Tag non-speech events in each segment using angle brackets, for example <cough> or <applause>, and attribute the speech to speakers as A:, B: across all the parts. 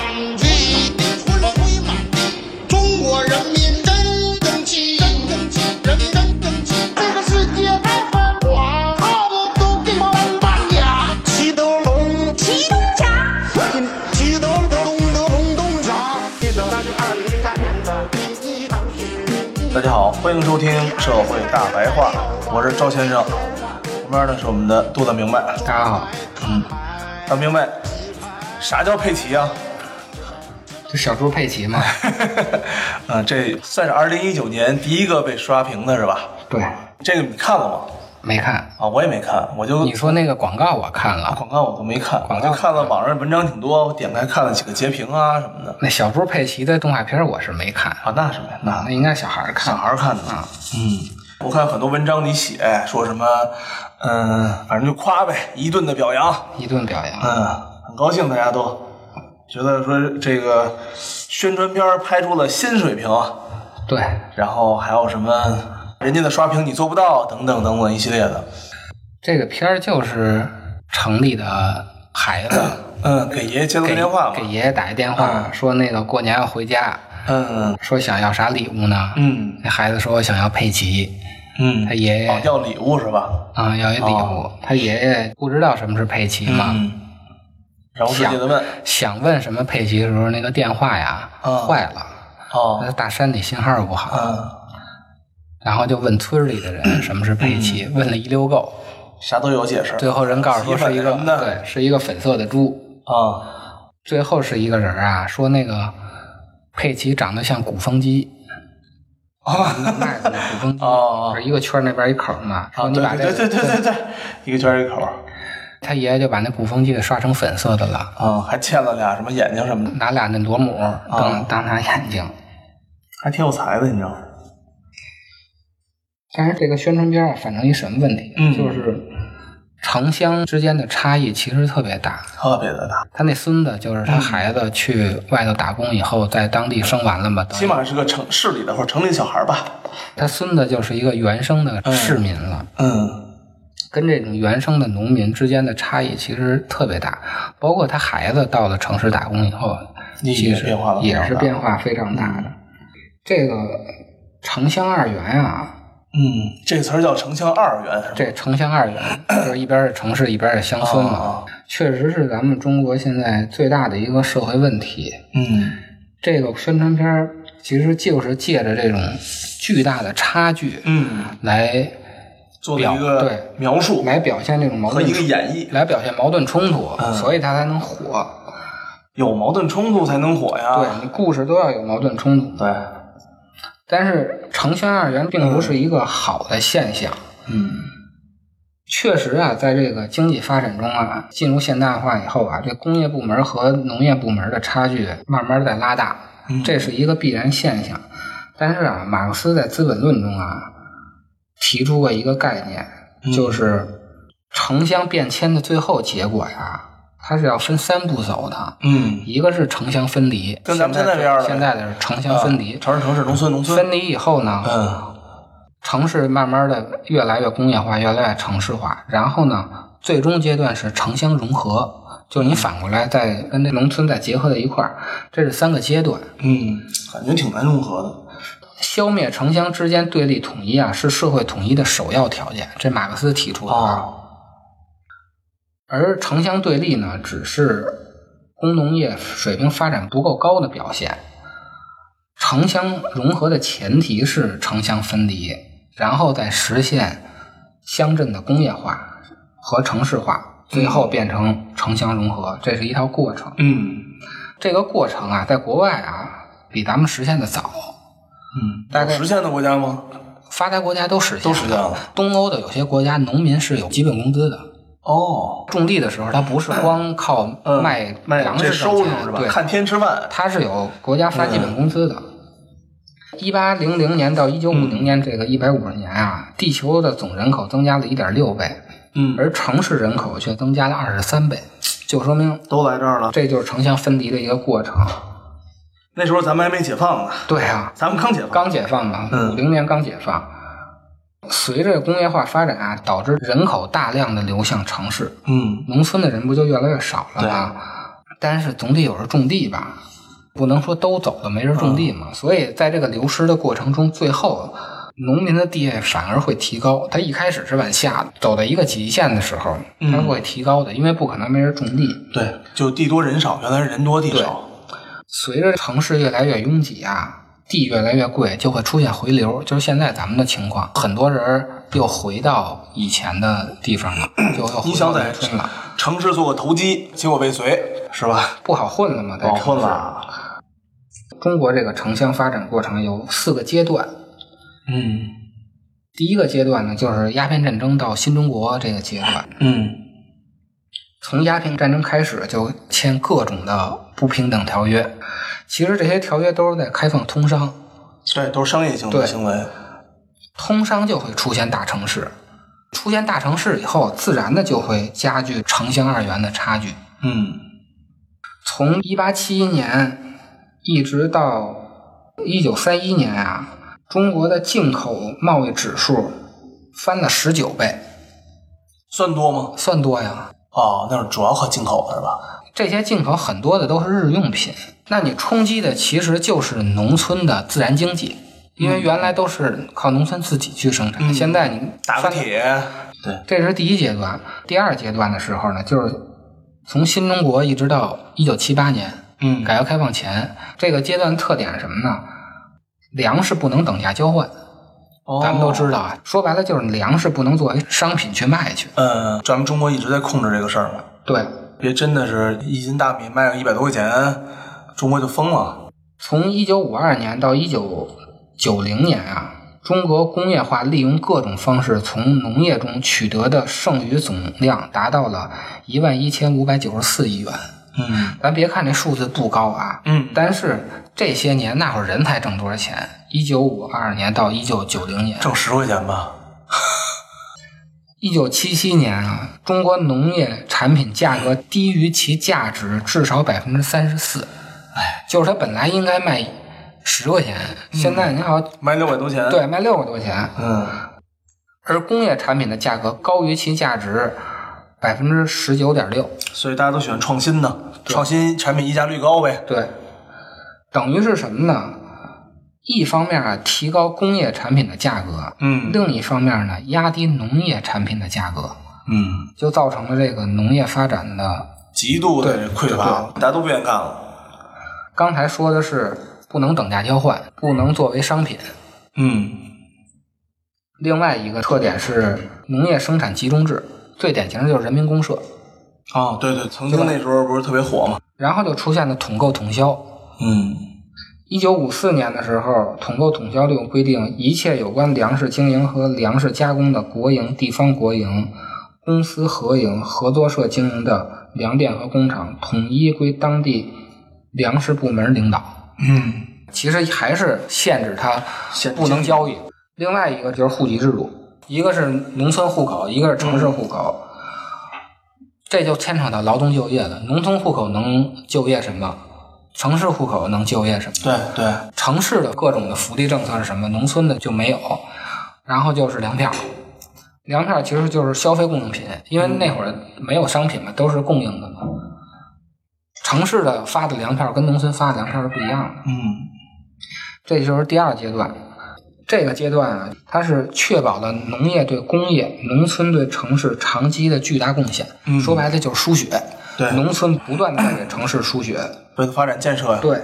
A: 党旗，除了吹满地，中国人民真争气，真争气，人民真争气。这个世界太繁华，好多都给咱搬家。齐德龙，齐东家，齐德龙，东德龙东家。记得那是二零零三年的第一场雪。
B: 大家好，欢迎收听《社会大白话》，我是赵先生，旁边呢是我们的杜大明白。
C: 大家好，
B: 大明白，啥叫佩奇啊？ <laughs>
C: 就小猪佩奇嘛，
B: 嗯，这算是二零一九年第一个被刷屏的是吧？
C: 对，
B: 这个你看了吗？
C: 没看。
B: 啊，我也没看，我就
C: 你说那个广告我看了，
B: 广告我都没看，我
C: 广告嗯
B: 就看了网上文章挺多，我点开看了几个截屏啊什么的。
C: 那小猪佩奇的动画片我是没看，
B: 啊，那什么呀？那
C: 那应该小孩儿
B: 小
C: 看。
B: 孩儿看的。嗯，我看很多文章你写说什么，嗯、反正就夸呗，一顿的表扬。
C: 一顿表扬，
B: 嗯，很高兴大家都觉得说这个宣传片儿拍出了新水平，
C: 对，
B: 然后还有什么人家的刷屏你做不到等等等等一系列的。
C: 这个片儿就是城里的孩
B: <clears throat>
C: 子
B: 嗯，给爷爷接了嗯个
C: 给
B: 电话嘛
C: 给。爷爷打一电话，说那个过年要回家，
B: 嗯
C: 说想要啥礼物呢？
B: 嗯
C: 那孩子说我想要佩奇，
B: 嗯
C: 他，爷爷
B: 哦，要礼物是吧？
C: 啊、要一礼物
B: 哦，
C: 他爷爷不知道什么是佩奇嘛。
B: 嗯，然后使劲的问。
C: 想问什么佩奇的时候，那个电话呀、
B: 啊
C: 坏了，那
B: 哦，
C: 大山里信号不好，
B: 嗯，
C: 然后就问村里的人什么是佩奇，问了一溜够，
B: 啥都有解释。
C: 最后人告诉说是一
B: 洗粉
C: 个
B: 什么的
C: 对，是一个粉色的猪。
B: 啊，
C: 最后是一个人啊，说那个佩奇长得像鼓风机。啊，卖的那鼓风机，
B: 哦 <laughs> 哦哦
C: 是一个圈儿那边一口嘛。
B: 啊
C: 说你把这
B: 对
C: 个，
B: 对对对对对，一个圈儿一个口儿。
C: 他爷爷就把那鼓风机给刷成粉色的了，
B: 啊，还嵌了俩什么眼睛什么的，
C: 拿俩那螺母
B: 哦
C: 当当他眼睛。
B: 还挺有才的，你知道吗？
C: 但是这个宣传片啊，反正一什么问题？
B: 嗯
C: 就是城乡之间的差异其实特别大。
B: 特别的大，
C: 他那孙子就是他孩子去外头打工以后，在当地生完了嘛，等
B: 起
C: 于
B: 码是个城市里的或者城里小孩儿吧。
C: 他孙子就是一个原生的市民了，
B: 嗯
C: 跟这种原生的农民之间的差异其实特别大。包括他孩子到了城市打工以后，
B: 也
C: 其实
B: 变化了非常
C: 也
B: 大
C: 是变化非常大的。这个城乡二元啊，
B: 嗯，这词儿叫城乡二元是吧？
C: 这城乡 <coughs> 二元就是一边儿是城市，一边儿是乡村嘛。
B: 啊，
C: 确实是咱们中国现在最大的一个社会问题。
B: 嗯
C: 这个宣传片儿其实就是借着这种巨大的差距
B: 嗯，
C: 来
B: 做了一
C: 对
B: 个描述
C: 来表现这种矛
B: 和
C: 盾
B: 一个
C: 冲，
B: 演绎，
C: 来表现矛盾冲突，
B: 嗯啊
C: 所以它才能火。
B: 有矛盾冲突才能火呀。
C: 对你故事都要有矛盾冲突，
B: 对，
C: 但是城乡二元并不是一个好的现象。
B: 嗯
C: 确实啊，在这个经济发展中啊，进入现代化以后啊，这工业部门和农业部门的差距慢慢在拉大，
B: 嗯
C: 这是一个必然现象。但是啊，马克思在《资本论》中啊，提出过一个概念，
B: 嗯
C: 就是城乡变迁的最后结果呀，它是要分三步走的，
B: 嗯，
C: 一个是城乡分离，
B: 跟咱们
C: 现
B: 现在这样的
C: 现在的是城乡分离，
B: 啊城市城市，农村农村
C: 分，离以后呢，
B: 嗯
C: 城市慢慢的越来越工业化，越来越城市化，然后呢，最终阶段是城乡融合，就是你反过来再跟那农村再结合在一块儿，这是三个阶段。
B: 嗯，感觉挺难融合的。
C: 消灭城乡之间对立统一啊，是社会统一的首要条件，这马克思提出的啊。
B: 哦
C: 而城乡对立呢，只是工农业水平发展不够高的表现。城乡融合的前提是城乡分离，然后再实现乡镇的工业化和城市化，最后变成城乡融合，这是一套过程。
B: 嗯
C: 这个过程啊，在国外啊，比咱们实现的早，
B: 嗯，
C: 大概
B: 有实现的国家吗？
C: 发达国家都实现
B: 都实现
C: 了。
B: 了。
C: 东欧的有些国家农民是有基本工资的，
B: 哦，
C: 种地的时候，它不是光靠
B: 嗯
C: 卖
B: 卖
C: 粮食
B: 这
C: 挣
B: 收入
C: 钱
B: 是吧？
C: 对，
B: 看天吃饭。
C: 它是有国家发基本工资的。一八零零年到一九五
B: 嗯
C: 零年这个一百五十年啊，地球的总人口增加了一点六倍，
B: 嗯
C: 而城市人口却增加了二十三倍，就说明
B: 都来这儿了。
C: 这就是城乡分离的一个过程。
B: 那时候咱们还没解放呢，
C: 对啊，
B: 咱们刚解放，
C: 刚解放嘛，
B: 嗯
C: 五零年刚解放。随着工业化发展啊，导致人口大量的流向城市，
B: 嗯，
C: 农村的人不就越来越少了吗？但是总得有人种地吧，不能说都走了没人种地嘛。所以在这个流失的过程中，最后农民的地位反而会提高。他一开始是往下的走到一个极限的时候，他会提高的，因为不可能没人种地。
B: 对，就地多人少，原来是人多地少，
C: 随着城市越来越拥挤啊，地越来越贵，就会出现回流，就是现在咱们的情况，很多人又回到以前的地方了，就又
B: 你
C: 回
B: 想
C: 到
B: 在
C: 农村了，
B: 城市做个投机，结果被随，是吧？
C: 不好混了嘛，在
B: 搞
C: 城市
B: 混了，
C: 中国这个城乡发展过程有四个阶段，
B: 嗯
C: 第一个阶段呢，就是鸦片战争到新中国这个阶段，
B: 嗯，
C: 从鸦片战争开始就签各种的不平等条约，其实这些条约都是在开放通商，
B: 对，都是商业性的
C: 对
B: 行为，
C: 通商就会出现大城市，出现大城市以后，自然的就会加剧城乡二元的差距。
B: 嗯
C: 从一八七一年一直到一九三一年啊，中国的进口贸易指数翻了十九倍，
B: 算多吗？
C: 算多呀。
B: 哦，那是主要靠进口的是吧？
C: 这些进口很多的都是日用品，那你冲击的其实就是农村的自然经济，因
B: 嗯
C: 为原来都是靠农村自己去生产，现在你
B: 打个
C: 翻
B: 铁，对，
C: 这是第一阶段。第二阶段的时候呢，就是从新中国一直到一九七八年，
B: 嗯
C: 改革开放前，这个阶段特点是什么呢？粮食不能等价交换，咱们都
B: 道。
C: 知道啊。说白了就是粮食不能作为商品去卖去。
B: 嗯，咱们中国一直在控制这个事儿嘛，
C: 对，
B: 别真的是一斤大米卖个一百多块钱，中国就疯了。
C: 从一九五二年到一九九零年啊，中国工业化利用各种方式从农业中取得的剩余总量达到了一万一千五百九十四亿元。
B: 嗯
C: 咱别看这数字不高啊，
B: 嗯，
C: 但是这些年那会儿人才挣多少钱？一九五二年到一九九零年，
B: 挣十块钱吧。
C: 一九七七年啊，中国农业产品价格低于其价值至少百分之三十四。哎，就是它本来应该卖十块钱，现在你好像
B: 卖六百多钱。，
C: 对卖六块多钱，
B: 嗯
C: 而工业产品的价格高于其价值百分之十九点六。
B: 所以大家都喜欢创新呢，创新产品溢价率高呗。
C: 对，等于是什么呢？一方面啊，提高工业产品的价格，
B: 嗯
C: 另一方面呢，压低农业产品的价格，
B: 嗯，
C: 就造成了这个农业发展的。
B: 极度的匮乏，大家都不愿意干了。
C: 刚才说的是不能等价交换，不能作为商品。
B: 嗯
C: 另外一个特点是农业生产集中制，最典型的就是人民公社，
B: 哦，对对，曾经那时候不是特别火嘛。
C: 然后就出现了统购统销。
B: 嗯
C: 一九五四年的时候，统购统销六规定，一切有关粮食经营和粮食加工的国营、地方国营、公司合营、合作社经营的粮店和工厂，统一归当地粮食部门领导。
B: 嗯，
C: 其实还是限制它
B: 限制
C: 不能交易。另外一个就是户籍制度，一个是农村户口，一个是城市户口。这就牵扯到劳动就业了。农村户口能就业什么？城市户口能就业什么？
B: 对对，
C: 城市的各种的福利政策是什么，农村的就没有。然后就是粮票，粮票其实就是消费供应品，因为那会儿没有商品嘛，都是供应的嘛。城市的发的粮票跟农村发的粮票是不一样的，
B: 嗯
C: 这就是第二阶段。这个阶段啊，它是确保了农业对工业、农村对城市长期的巨大贡献。
B: 嗯
C: 说白了就是输血，
B: 对
C: 农村不断的给城市输血，
B: 为了发展建设呀。
C: 对，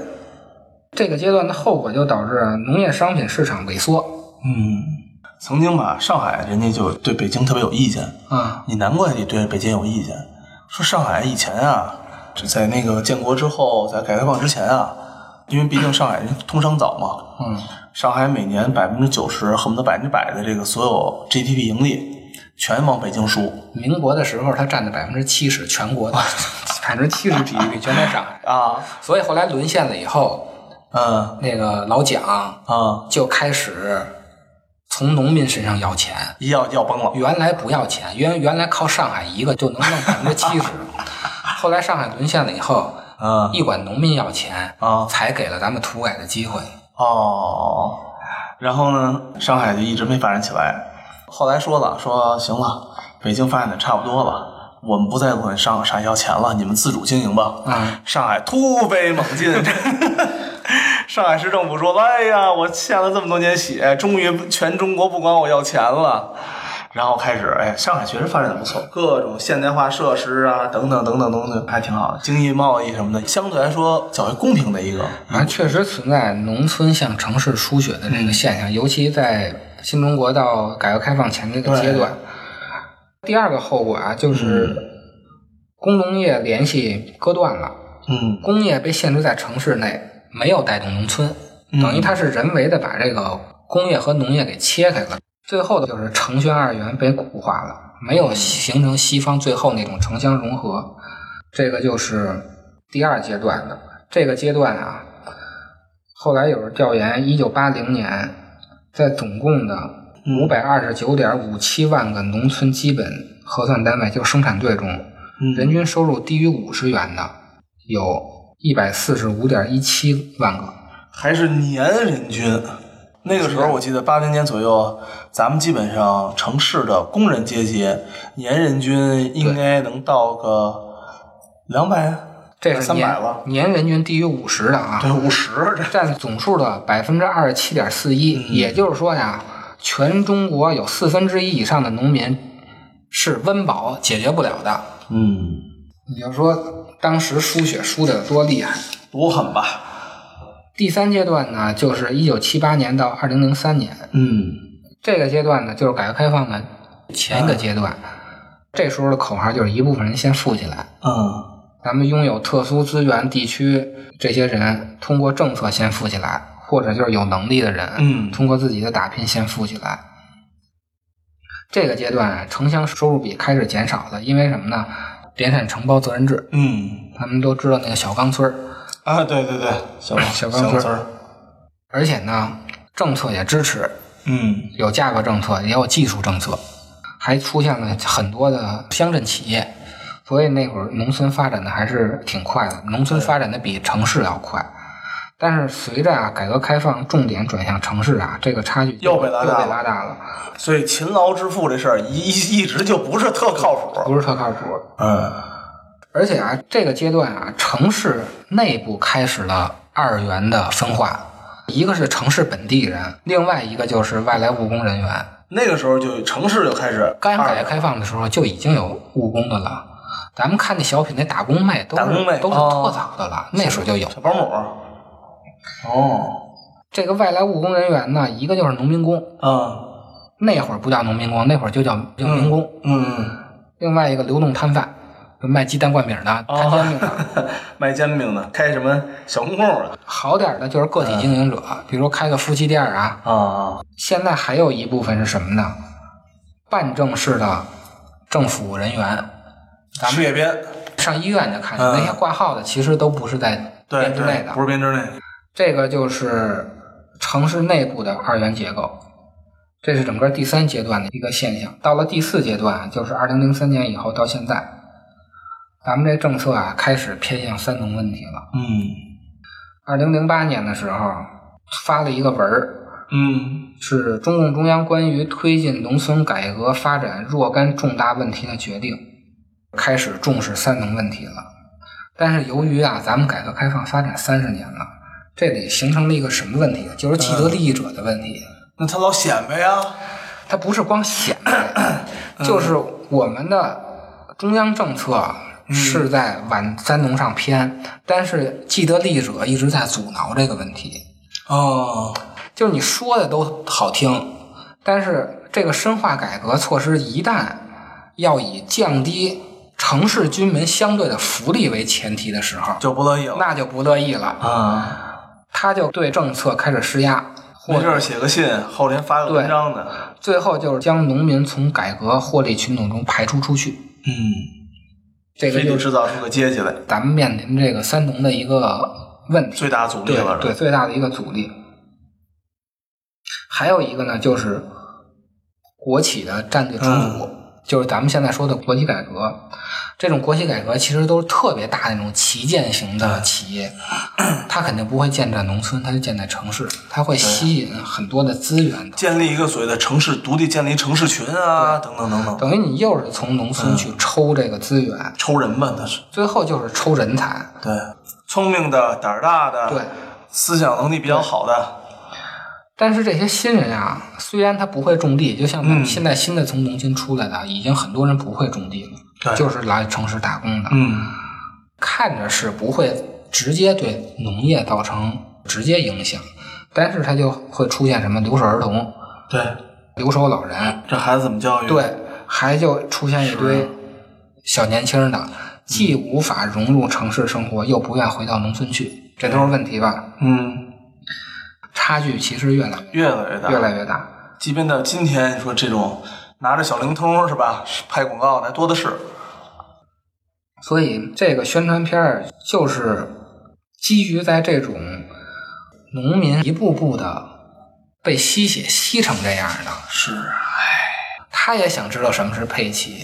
C: 这个阶段的后果就导致啊农业商品市场萎缩
B: 嗯，曾经吧，上海人家就对北京特别有意见。
C: 啊，
B: 你难怪你对北京有意见，说上海以前啊，就在那个建国之后，在改革开放之前啊，因为毕竟上海人通商早嘛，
C: 嗯，
B: 上海每年百分之九十，恨不得百分之百的这个所有 GDP 盈利全往北京输
C: 民国的时候它占的百分之七十，全国的百分之七十 GDP 全在上海，
B: 啊，
C: 所以后来沦陷了以后，
B: 嗯
C: 那个老蒋
B: 啊，
C: 就开始从农民身上要钱，
B: 要要崩了，
C: 原来不要钱，原原来靠上海一个就能弄百分之七十， <laughs> 后来上海沦陷了以后，
B: 啊
C: 一管农民要钱
B: 啊
C: 才给了咱们土改的机会。
B: 哦，然后呢，上海就一直没发展起来。后来说了，说行了，北京发展的差不多了，我们不再管上海要钱了，你们自主经营吧。
C: 啊，
B: 上海突飞猛进。上海市政府说：“哎呀，我欠了这么多年血，终于全中国不管我要钱了。”然后开始，哎，上海确实发展的不错，各种现代化设施啊，等等等等等等，还挺好的。经济贸易什么的，相对来说较为公平的一个。
C: 反正啊确实存在农村向城市输血的这个现象，尤其在新中国到改革开放前这个阶段。第二个后果啊，就是工农业联系割断了，
B: 嗯
C: 工业被限制在城市内，没有带动农村，等于它是人为的把这个工业和农业给切开了。最后的就是城宣二元被固化了，没有形成西方最后那种城乡融合。这个就是第二阶段的。这个阶段啊，后来有人调研，一九八零年，在总共的五百二十九点五七万个农村基本核算单位，就是生产队中，人均收入低于五十元的有一百四十五点一七万个。
B: 还是年人均。那个时候，我记得八零年左右，咱们基本上城市的工人阶级年人均应该能到个两百，
C: 这是
B: 三
C: 年
B: 百了，
C: 年人均低于五十的啊，
B: 对，五十这。
C: 占总数的百分之二十七点四一。
B: 嗯
C: 也就是说呀，全中国有四分之一以上的农民是温饱解决不了的。
B: 嗯，
C: 你就说当时输血输的有多厉害。
B: 多狠吧？
C: 第三阶段呢，就是一九七八年到二零零三年，
B: 嗯，
C: 这个阶段呢，就是改革开放的前一个阶段。这时候的口号就是一部分人先富起来，
B: 嗯，
C: 咱们拥有特殊资源地区这些人，通过政策先富起来，或者就是有能力的人，
B: 嗯
C: 通过自己的打拼先富起来。这个阶段，城乡收入比开始减少了，因为什么呢？联产承包责任制，
B: 嗯，
C: 咱们都知道那个小冈村儿，
B: 啊，对对对，小王
C: 小
B: 王
C: 王
B: 村
C: 村
B: 儿，
C: 而且呢，政策也支持，
B: 嗯
C: 有价格政策，也有技术政策，还出现了很多的乡镇企业，所以那会儿农村发展的还是挺快的，农村发展的比城市要快。但是随着啊改革开放重点转向城市啊，这个差距
B: 又被拉大了
C: 又被拉大了，
B: 所以勤劳致富这事儿一一一直就不是特靠谱。
C: 不是特靠谱。
B: 嗯
C: 而且啊，这个阶段啊，城市内部开始了二元的分化，一个是城市本地人，另外一个就是外来务工人员。
B: 那个时候就城市就开始
C: 刚
B: 二
C: 改革开放的时候就已经有务工的了。咱们看那小品，那打工妹都是
B: 打工妹
C: 都是
B: 哦
C: 特早的了，那时候就有
B: 小保姆。哦，
C: 这个外来务工人员呢，一个就是农民工，
B: 嗯
C: 那会儿不叫农民工，那会儿就叫叫民工；
B: 嗯，
C: 另外一个流动摊贩，就卖鸡蛋灌饼的、
B: 哦
C: 摊
B: <laughs>
C: 煎饼的；
B: 卖煎饼的，开什么小啊公共的
C: 好点儿的就是个体经营者，
B: 嗯
C: 比如开个夫妻店儿啊。
B: 啊？
C: 现在还有一部分是什么呢？半正式的政府人员，咱
B: 事
C: 们
B: 业编，
C: 上医院就看见、那些挂号的，其实都不是在
B: 嗯对
C: 编制内
B: 对
C: 的，，
B: 不是编制内。
C: 这个就是城市内部的二元结构，这是整个第三阶段的一个现象。到了第四阶段，就是二零零三年以后到现在，咱们这政策啊开始偏向三农问题了。
B: 嗯
C: 二零零八年的时候发了一个文儿，
B: 嗯
C: 是中共中央关于推进农村改革发展若干重大问题的决定，开始重视三农问题了。但是由于啊，咱们改革开放发展三十年了，这里形成了一个什么问题？就是既得利益者的问题。
B: 那他老显摆呀。
C: 它不是光显摆，就是我们的中央政策啊是在往三农上偏，但是既得利益者一直在阻挠这个问题。
B: 哦，
C: 就是你说的都好听，但是这个深化改革措施一旦要以降低城市居民相对的福利为前提的时候，
B: 就不乐意了
C: 那就不乐意了，
B: 啊。
C: 他就对政策开始施压，
B: 没
C: 或
B: 事
C: 者
B: 儿写个信，后天发个文章的。
C: 最后就是将农民从改革获利群众中排除出去。
B: 嗯，
C: 这个
B: 非得
C: 就是
B: 制造出个阶级来，
C: 咱们面临这个三农的一个问题，
B: 最大阻力
C: 对
B: 了。
C: 对，最大的一个阻力。还有一个呢，就是国企的战略重组，就是咱们现在说的国企改革。这种国企改革其实都是特别大的那种旗舰型的企业， <clears throat> 它肯定不会建在农村，它是建在城市，它会吸引很多的资源的。
B: 建立一个所谓的城市独立，建立城市群啊，等等等等，
C: 等于你又是从农村去抽这个资源，
B: 抽人吧，那是
C: 最后就是抽人才。
B: 对，聪明的、胆儿大的，
C: 对，
B: 思想能力比较好的，
C: 但是这些新人啊，虽然他不会种地，就像咱们
B: 嗯
C: 现在新的从农村出来的，啊已经很多人不会种地
B: 对
C: 了，就是来城市打工的，
B: 嗯，
C: 看着是不会直接对农业造成直接影响，但是他就会出现什么留守儿童、
B: 对，
C: 留守老人，
B: 这孩子怎么教育？，
C: 对，还就出现一堆小年轻
B: 嗯
C: 的，既无法融入城市生活，又不愿回到农村去，这都是问题吧？
B: 嗯，
C: 差距其实越来越
B: 越来越大，
C: 越来越大。
B: 即便到今天，你说这种拿着小灵通是吧，拍广告的还多的是，
C: 所以这个宣传片儿就是基于在这种农民一步步的被吸血吸成这样的，
B: 是，
C: 他也想知道什么是佩奇，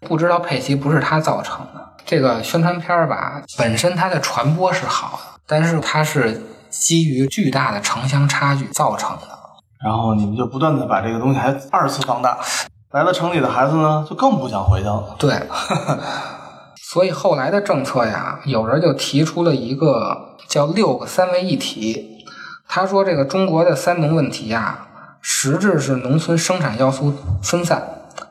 C: 不知道佩奇不是他造成的。这个宣传片儿吧，本身它的传播是好的，但是它是基于巨大的城乡差距造成的。
B: 然后你们就不断的把这个东西还二次放大，来到城里的孩子呢，就更不想回家了，
C: 对， <laughs> 所以后来的政策呀，有人就提出了一个叫“六个三位一体”。他说，这个中国的三农问题呀，实质是农村生产要素分散，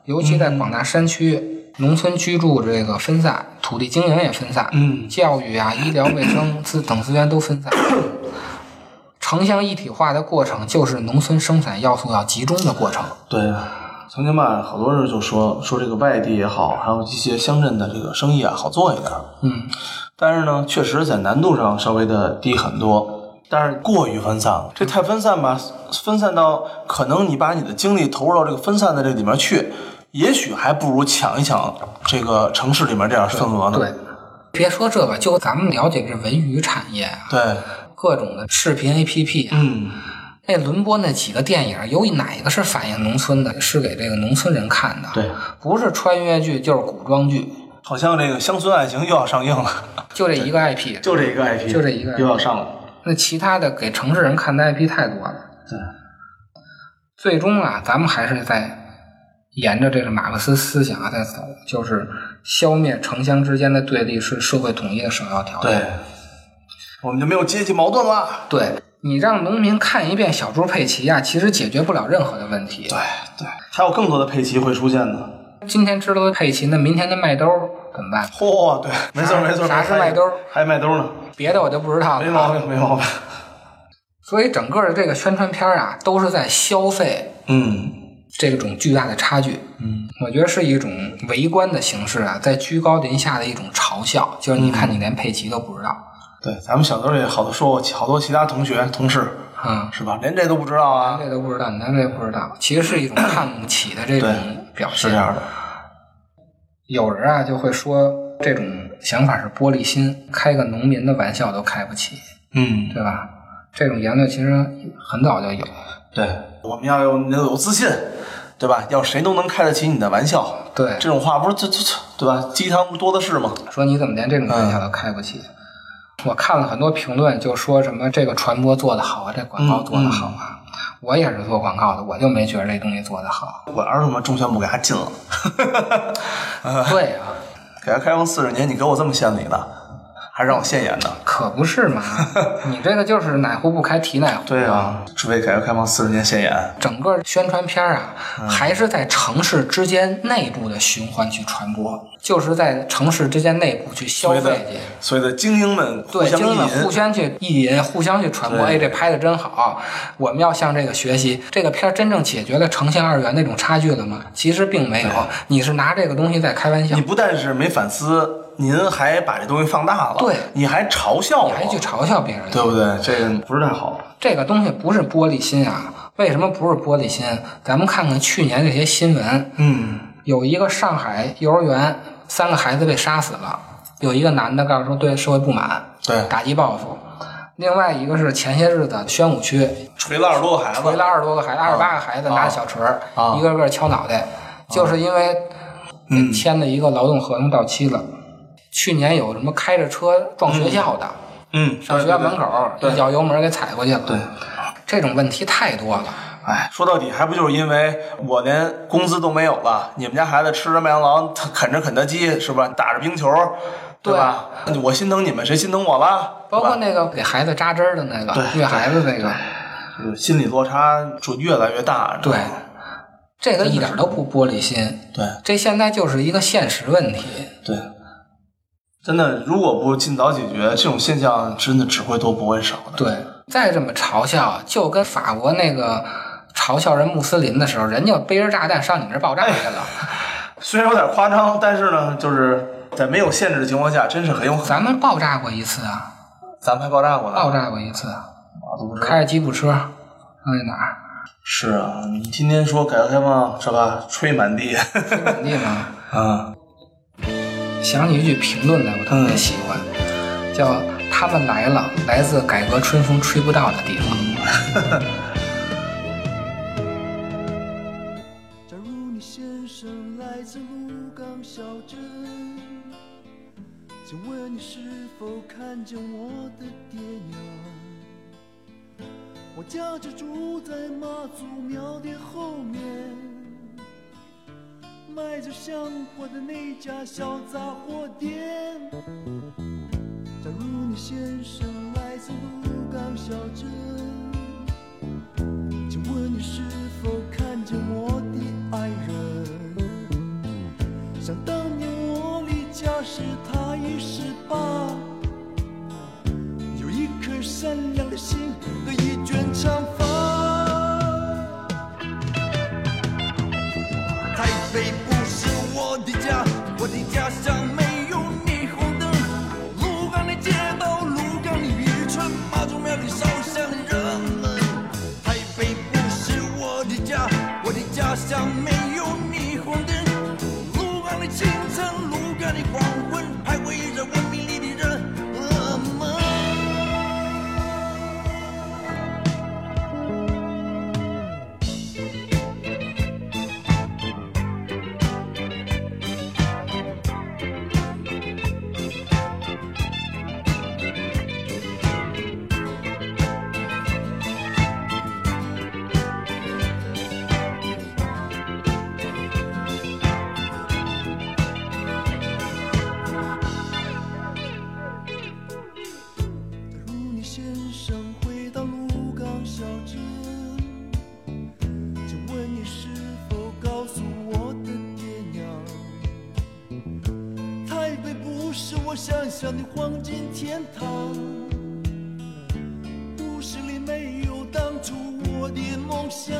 C: 尤其在广大山区，农村居住这个分散，土地经营也分散，
B: 嗯
C: 教育啊、医疗卫生资等资源都分散。城乡一体化的过程，就是农村生产要素要集中的过程。
B: 对。曾经吧，好多人就说说这个外地也好，还有一些乡镇的这个生意啊，好做一点儿。
C: 嗯，
B: 但是呢，确实在难度上稍微的低很多，但是过于分散了，这太分散吧，分散到可能你把你的精力投入到这个分散的这里面去，也许还不如抢一抢这个城市里面这点份额呢。
C: 对，别说这个，就咱们了解这文娱产业啊，
B: 对，
C: 各种的视频 APP 啊，
B: 嗯，
C: 那轮播那几个电影，有哪个是反映农村的，是给这个农村人看的？啊
B: 对，
C: 不是穿越剧就是古装剧，
B: 好像这个《乡村爱情》又要上映了，
C: 就这一个 IP，
B: 就这一个 IP，
C: 就这一个 IP
B: 又要上了。
C: 那其他的给城市人看的 IP 太多了。
B: 对，
C: 最终啊，咱们还是在沿着这个马克思思想啊在走，就是消灭城乡之间的对立是社会统一的首要条件。
B: 对，我们就没有阶级矛盾了。
C: 对你让农民看一遍小猪佩奇呀、其实解决不了任何的问题。
B: 对哎对，还有更多的佩奇会出现的。
C: 今天知道了佩奇，那明天的麦兜儿怎么办？
B: 嚯、对，没错
C: 啥
B: 没错，
C: 啥是
B: 还有
C: 麦兜
B: 还有麦兜啊呢，
C: 别的我就不知道了。
B: 没毛。病没毛病。
C: 所以整个的这个宣传片儿啊，都是在消费
B: 嗯，
C: 这种巨大的差距。嗯，我觉得是一种围观的形式啊，在居高临下的一种嘲笑，就是你看你连佩奇都不知道，
B: 对，咱们小时候也好多说过，好多其他同学同事
C: 嗯，
B: 是吧，连这都不知道啊，
C: 这都不知道，你连这不知道，其实是一种看不起的这种表
B: 是
C: 现。
B: 这样的。
C: 有人啊就会说这种想法是玻璃心，开个农民的玩笑都开不起，
B: 嗯，
C: 对吧？这种言论其实很早就有，
B: 对，我们要有你要有自信，对吧？要谁都能开得起你的玩笑，
C: 对，
B: 这种话不是这这这对吧？鸡汤不是多的是吗？
C: 说你怎么连这种玩笑都开不起？我看了很多评论，就说什么这个传播做得好啊，这广告做得好啊。我也是做广告的，我就没觉得这东西做得好。
B: 我儿子们中宣部给他禁了， <laughs>
C: 对啊，
B: 改革开放四十年，你给我这么献礼的，还让我现眼的？
C: 可不是嘛，你这个就是哪壶不开提哪壶。
B: 对啊，只为改革开放四十年献眼。
C: 整个宣传片啊，
B: 嗯
C: 还是在城市之间内部的循环去传播，就是在城市之间内部去消
B: 所谓的
C: 费去。
B: 所谓的精英们互
C: 对，
B: 相
C: 精英们
B: 意
C: 互
B: 淫，
C: 相去意淫，互相去传播。
B: 对
C: 哎，这拍的真好，我们要向这个学习。这个片儿真正解决了城乡二元那种差距了吗？其实并没有，你是拿这个东西在开玩笑
B: 你，不但是没反思，您还把这东西放大了，
C: 对
B: 你还嘲笑我，
C: 你还去嘲笑别人。
B: 对不对？这个不是太好。
C: 这个东西不是玻璃心啊！为什么不是玻璃心？咱们看看去年这些新闻，
B: 嗯，
C: 有一个上海幼儿园三个孩子被杀死了，有一个男的告诉说对社会不满，
B: 对
C: 打击报复。另外一个是前些日子宣武区
B: 锤了二十多个孩
C: 回
D: 啊
B: 子，
C: 了二十多个孩子，二十八个孩子拿着小锤儿，
B: 啊
C: 一个个敲脑袋，就是因为
D: 嗯
C: 签了一个劳动合同到期了。去年有什么开着车撞学校的，
D: 嗯，
C: 上学校门口
D: 对
C: 一脚油门给踩过去了，
D: 对，
C: 这种问题太多了。
D: 哎，说到底还不就是因为我连工资都没有了，你们家孩子吃着麦当劳，他啃着肯德基，是吧？打着冰球，对吧？我心疼你们，谁心疼我了？
C: 包
D: 对
C: 括
D: 吧
C: 那个给孩子扎针儿的那个
D: 对
C: 虐孩子那个，
D: 就是心理落差就越来越大。
C: 对
D: 是吧，
C: 这个一点都不玻璃心，
D: 对
C: 这现在就是一个现实问题。
D: 对，真的，如果不尽早解决，这种现象真的只会多不会少的。
C: 对，再这么嘲笑，就跟法国那个嘲笑人穆斯林的时候，人家背着炸弹上你这儿爆炸去了。
D: 虽然有点夸张，但是呢，就是在没有限制的情况下，真是很有可能。
C: 咱们爆炸过一次啊，
D: 咱们还爆炸过呢，
C: 爆炸过一次，
D: 我都不知道
C: 开着吉普车那哪儿？
D: 是啊，你天天说改革开放是吧？吹满地，
C: 本地呢？
D: 嗯，
C: <laughs> 想起一句评论来，我特别喜欢，叫“他们来了，来自改革春风吹不到的地方”。
E: 假如你先生来自鹿港小镇，请问你是否看见我的爹娘？我家就住在妈祖庙的后面，卖着香火的那家小杂货店。假如你先生来自鹿港小镇。请问你是否看见我的爱人？想当年我离家时，他已十八，有一颗善良的心和一卷长发。台北不是我的家，我的家乡没有霓虹灯。鹿港的街道，鹿港的渔村，妈祖庙里烧香的人们。台北不是我的家，我的家乡没有霓虹灯。鹿港的清晨，鹿港的黄昏，徘徊着文明里的人们。假如你先生回到鹿港小镇，请问你是否告诉我的爹娘，台北不是我想象的黄金天堂，都市里没有当初我的梦想，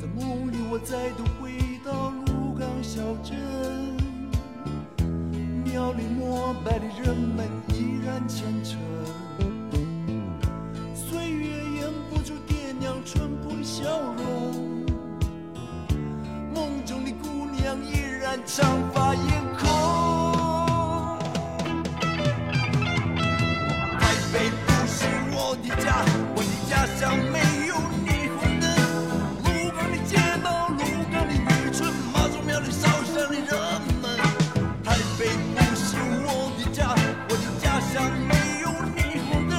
E: 在梦里我再度回到鹿港小镇。庙里膜拜的人们依然虔诚，岁月掩不住爹娘淳朴的笑容，梦中的姑娘依然长发艳空。台北不是我的家，我的家乡没有霓虹灯。鹿港的街道，鹿港的渔村，妈祖庙里烧香的人们。台北不是我的家，我的家乡没有霓虹灯。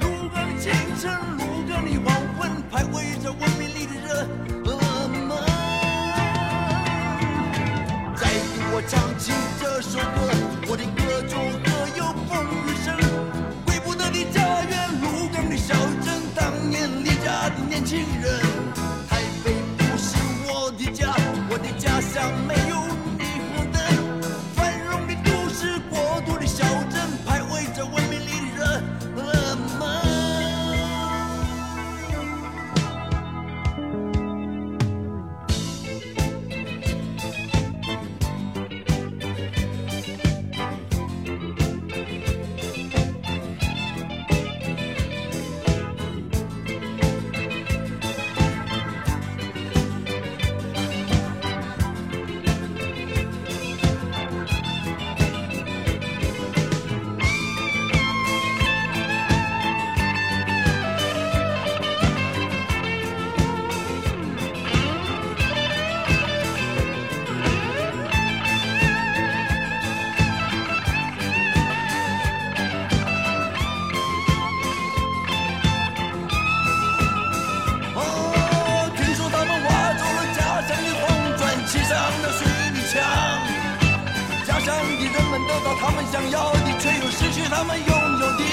E: 鹿港的清晨，鹿港的黄昏，徘徊着文明里的人们。再度我唱起这首歌，我的歌中和有风雨声。回不得的家园，鹿港的小镇，当年离家的年轻人。台北不是我的家，我的家乡没有霓虹灯。繁荣的都市，国度的小镇，徘徊着文明里的人呃们。上的实力强。家乡的人们得到他们想要的，却又失去他们拥有的。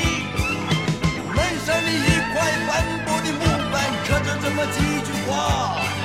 E: 门上的一块斑驳的木板，刻着这么几句话。